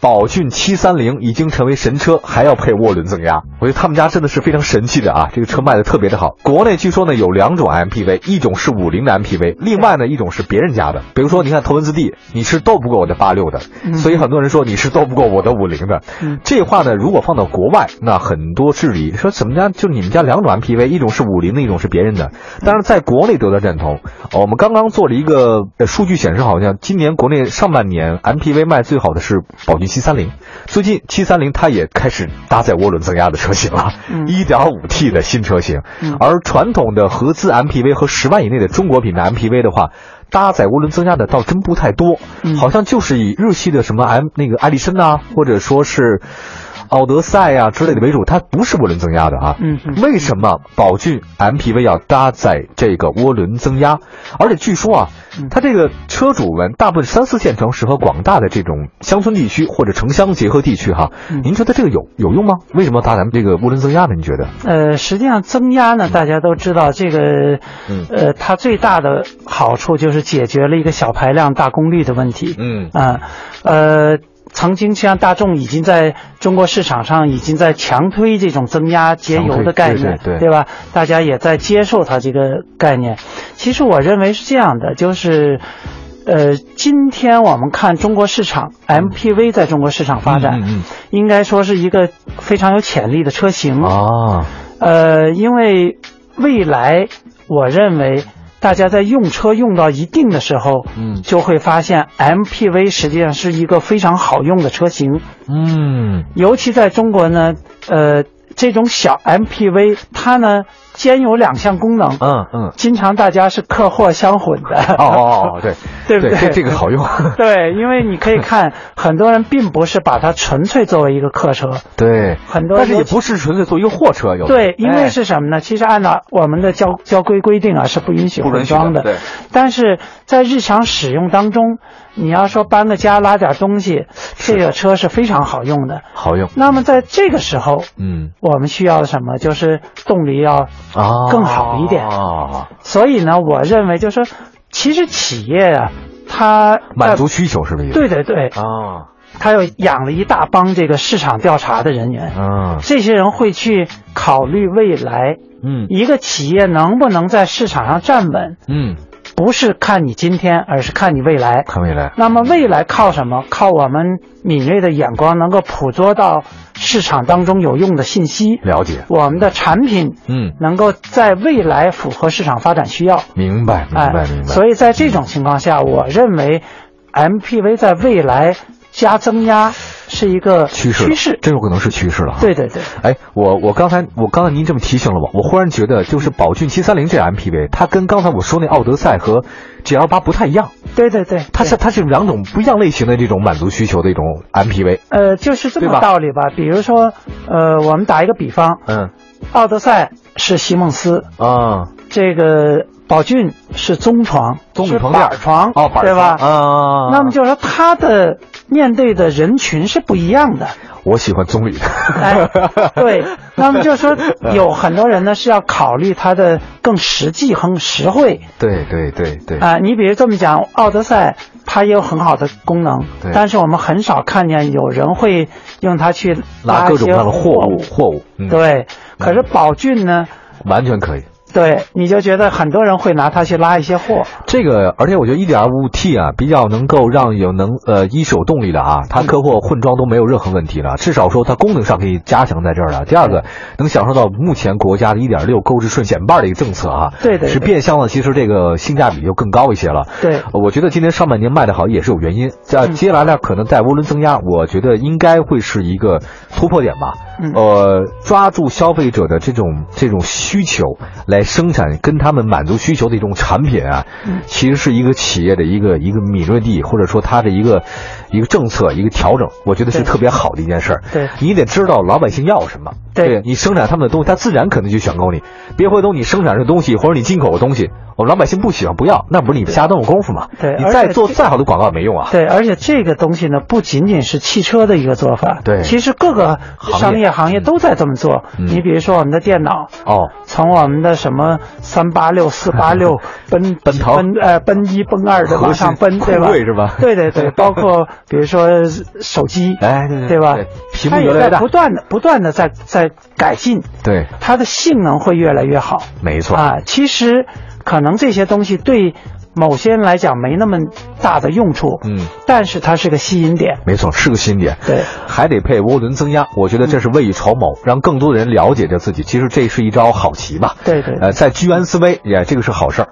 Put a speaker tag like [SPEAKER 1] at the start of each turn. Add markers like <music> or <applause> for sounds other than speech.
[SPEAKER 1] 宝骏七三零已经成为神车，还要配涡轮增压，我觉得他们家真的是非常神气的啊！这个车卖的特别的好。国内据说呢有两种 MPV，一种是五菱的 MPV，另外呢一种是别人家的。比如说，你看头文字 D，你是斗不过我的八六的，所以很多人说你是斗不过我的五菱的。这话呢，如果放到国外，那很多质疑说怎么家就你们家两种 MPV，一种是五菱的，一种是别人的。但是在国内得到认同。哦我们刚刚做了一个呃数据显示，好像今年国内上半年 MPV 卖最好的是宝骏七三零，最近七三零它也开始搭载涡轮增压的车型了，一点五 T 的新车型。而传统的合资 MPV 和十万以内的中国品牌 MPV 的话。搭载涡轮增压的倒真不太多，好像就是以日系的什么 M 那个艾力绅呐，或者说是奥德赛呀、之类的为主，它不是涡轮增压的啊。
[SPEAKER 2] 嗯嗯
[SPEAKER 1] 为什么宝骏 MPV 要搭载这个涡轮增压？而且据说啊，
[SPEAKER 2] 嗯
[SPEAKER 1] 它这个车主们大部分三四线城市和广大的这种乡村地区或者城乡结合地区哈，
[SPEAKER 2] 嗯
[SPEAKER 1] 您觉得这个有有用吗？为什么要搭咱们这个涡轮增压呢？您觉得？
[SPEAKER 2] 呃，实际上增压呢，大家都知道这个
[SPEAKER 1] 嗯，
[SPEAKER 2] 呃，它最大的好处就是解决了一个小排量大功率的问题。
[SPEAKER 1] 嗯
[SPEAKER 2] 啊、呃，曾经像大众已经在中国市场上已经在强推这种增压节油的概念
[SPEAKER 1] 强，推对对对
[SPEAKER 2] 吧？大家也在接受它这个概念。其实我认为是这样的，就是。呃，今天我们看中国市场，MPV 在中国市场发展，
[SPEAKER 1] 嗯嗯
[SPEAKER 2] 应该说是一个非常有潜力的车型。
[SPEAKER 1] 啊，
[SPEAKER 2] 呃，因为未来我认为大家在用车用到一定的时候，
[SPEAKER 1] 嗯
[SPEAKER 2] 就会发现 MPV 实际上是一个非常好用的车型，
[SPEAKER 1] 嗯
[SPEAKER 2] 尤其在中国呢，呃，这种小 MPV 它呢兼有两项功能，
[SPEAKER 1] 嗯嗯，
[SPEAKER 2] 经常大家是客货相混的。
[SPEAKER 1] 哦哦哦，对
[SPEAKER 2] <laughs> 对不
[SPEAKER 1] 对，
[SPEAKER 2] 对
[SPEAKER 1] 这这个好用。 <laughs>
[SPEAKER 2] 对，因为你可以看，很多人并不是把它纯粹作为一个客车，
[SPEAKER 1] 对，
[SPEAKER 2] 很多
[SPEAKER 1] 但是
[SPEAKER 2] 尤
[SPEAKER 1] 也
[SPEAKER 2] 其
[SPEAKER 1] 不是纯粹做一个货车，有的
[SPEAKER 2] 对，因为
[SPEAKER 1] 哎
[SPEAKER 2] 是什么呢？其实按照我们的交交规规定啊，是不允许
[SPEAKER 1] 不允
[SPEAKER 2] 混
[SPEAKER 1] 许的
[SPEAKER 2] 装
[SPEAKER 1] 对
[SPEAKER 2] 但是在日常使用当中，你要说搬个家拉点东西，这个车是非常好用的。
[SPEAKER 1] 好用，
[SPEAKER 2] 那么在这个时候，
[SPEAKER 1] 嗯
[SPEAKER 2] 我们需要什么？就是动力要
[SPEAKER 1] 啊，
[SPEAKER 2] 更好一点
[SPEAKER 1] 啊，
[SPEAKER 2] 所以呢，我认为就是说，其实企业啊，它
[SPEAKER 1] 满足需求是不是？
[SPEAKER 2] 对对对，
[SPEAKER 1] 啊，
[SPEAKER 2] 它又养了一大帮这个市场调查的人员，
[SPEAKER 1] 嗯
[SPEAKER 2] 这些人会去考虑未来
[SPEAKER 1] 嗯
[SPEAKER 2] 一个企业能不能在市场上站稳，
[SPEAKER 1] 嗯，
[SPEAKER 2] 不是看你今天，而是看你未来。
[SPEAKER 1] 看未来，
[SPEAKER 2] 那么未来靠什么？靠我们敏锐的眼光，能够捕捉到市场当中有用的信息，
[SPEAKER 1] 了解，
[SPEAKER 2] 我们的产品
[SPEAKER 1] 嗯，
[SPEAKER 2] 能够在未来符合市场发展需要。
[SPEAKER 1] 明白明
[SPEAKER 2] 哎
[SPEAKER 1] 白明白，，
[SPEAKER 2] 所以在这种情况下，我认为 MPV 在未来加增压是一个
[SPEAKER 1] 趋势了这有可能是趋势了哈。
[SPEAKER 2] 对对对，
[SPEAKER 1] 哎，我我刚才我刚才您这么提醒了我，我忽然觉得就是宝骏七三零这 MPV，它跟刚才我说那奥德赛和 GL 八不太一样，
[SPEAKER 2] 对对对，
[SPEAKER 1] 它是
[SPEAKER 2] 对
[SPEAKER 1] 它是两种不一样类型的这种满足需求的一种 MPV。
[SPEAKER 2] 呃，就是这
[SPEAKER 1] 对吧
[SPEAKER 2] 么道理吧。比如说，呃，我们打一个比方，
[SPEAKER 1] 嗯
[SPEAKER 2] 奥德赛是西梦思，
[SPEAKER 1] 啊，
[SPEAKER 2] 这个宝骏是中床，
[SPEAKER 1] 棕
[SPEAKER 2] 是
[SPEAKER 1] 榈床垫
[SPEAKER 2] 板床，
[SPEAKER 1] 哦，板儿
[SPEAKER 2] 对吧？
[SPEAKER 1] 床啊，
[SPEAKER 2] 那么就说它的面对的人群是不一
[SPEAKER 1] <laughs>
[SPEAKER 2] 样的，
[SPEAKER 1] 我喜欢棕榈
[SPEAKER 2] <laughs> 哎，对，那么就说
[SPEAKER 1] 嗯
[SPEAKER 2] 有很多人呢是要考虑它的更实际、更实惠
[SPEAKER 1] 对对对对，
[SPEAKER 2] 啊、你比如这么讲，奥德赛它也有很好的功能
[SPEAKER 1] 对，
[SPEAKER 2] 但是我们很少看见有人会用它去
[SPEAKER 1] 拿
[SPEAKER 2] 一
[SPEAKER 1] 各
[SPEAKER 2] 些
[SPEAKER 1] 种各样的货物，货物，嗯，
[SPEAKER 2] 哎对，可是宝骏呢，
[SPEAKER 1] 完全可以。
[SPEAKER 2] 对，你就觉得很多人会拿它去拉一些货，
[SPEAKER 1] 这个，而且我觉得 1.5T 啊，比较能够让有能呃一手动力的啊，它客货混装都没有任何问题了，至少说它功能上可以加强在这儿了。第二个，能享受到目前国家的1.6购置税减半的一个政策啊，
[SPEAKER 2] 对对
[SPEAKER 1] 是
[SPEAKER 2] 对
[SPEAKER 1] 变相的，其实这个性价比就更高一些了。
[SPEAKER 2] 对。
[SPEAKER 1] 呃我觉得今年上半年卖的好也是有原因。在
[SPEAKER 2] 嗯
[SPEAKER 1] 接下来呢，可能在涡轮增压，我觉得应该会是一个突破点吧。
[SPEAKER 2] 嗯
[SPEAKER 1] 呃，抓住消费者的这种这种需求，来生产跟他们满足需求的一种产品啊，
[SPEAKER 2] 嗯
[SPEAKER 1] 其实是一个企业的一个一个敏锐地，或者说它的一个一个政策一个调整，我觉得是
[SPEAKER 2] 对
[SPEAKER 1] 特别好的一件事儿。
[SPEAKER 2] 对
[SPEAKER 1] 你得知道老百姓要什么，
[SPEAKER 2] 对
[SPEAKER 1] 你生产他们的东西，他自然肯定去选购你。别回头你生产这东西或者你进口的东西，我们老百姓不喜欢不要，那不是你瞎动功夫吗？
[SPEAKER 2] 对
[SPEAKER 1] 你
[SPEAKER 2] 而且
[SPEAKER 1] 再做
[SPEAKER 2] 这
[SPEAKER 1] 再好的广告也没用啊。
[SPEAKER 2] 对，而且这个东西呢，不仅仅是汽车的一个做法，
[SPEAKER 1] 对
[SPEAKER 2] 其实各个
[SPEAKER 1] 行
[SPEAKER 2] 商
[SPEAKER 1] 业
[SPEAKER 2] 业行业都在这么做。
[SPEAKER 1] 嗯
[SPEAKER 2] 你比如说我们的电脑，
[SPEAKER 1] 哦，
[SPEAKER 2] 从我们的什么三八
[SPEAKER 1] <laughs>
[SPEAKER 2] 六、四八六、奔
[SPEAKER 1] 奔腾
[SPEAKER 2] 奔呃奔一、奔二的往上奔，
[SPEAKER 1] 核
[SPEAKER 2] 对
[SPEAKER 1] 心
[SPEAKER 2] 吧
[SPEAKER 1] 贵？是吧？
[SPEAKER 2] <laughs> 对对对，包括比如说手机，
[SPEAKER 1] <laughs> 哎，对
[SPEAKER 2] 对吧
[SPEAKER 1] 屏幕
[SPEAKER 2] 它
[SPEAKER 1] 越
[SPEAKER 2] 也
[SPEAKER 1] 来越
[SPEAKER 2] 在
[SPEAKER 1] 大
[SPEAKER 2] 不，断的不断的在在改进，
[SPEAKER 1] 对，
[SPEAKER 2] 它的性能会越来越好。
[SPEAKER 1] 没错，
[SPEAKER 2] 啊，其实可能这些东西对某些人来讲没那么大的用处，
[SPEAKER 1] 嗯，
[SPEAKER 2] 但是它是个吸引点。
[SPEAKER 1] 没错，是个新点。
[SPEAKER 2] 对，
[SPEAKER 1] 还得配涡轮增压，我觉得这是未雨绸缪，让更多的人了解着自己。其实这是一招好棋吧。
[SPEAKER 2] 对对
[SPEAKER 1] 呃，在居安思危，也这个是好事儿。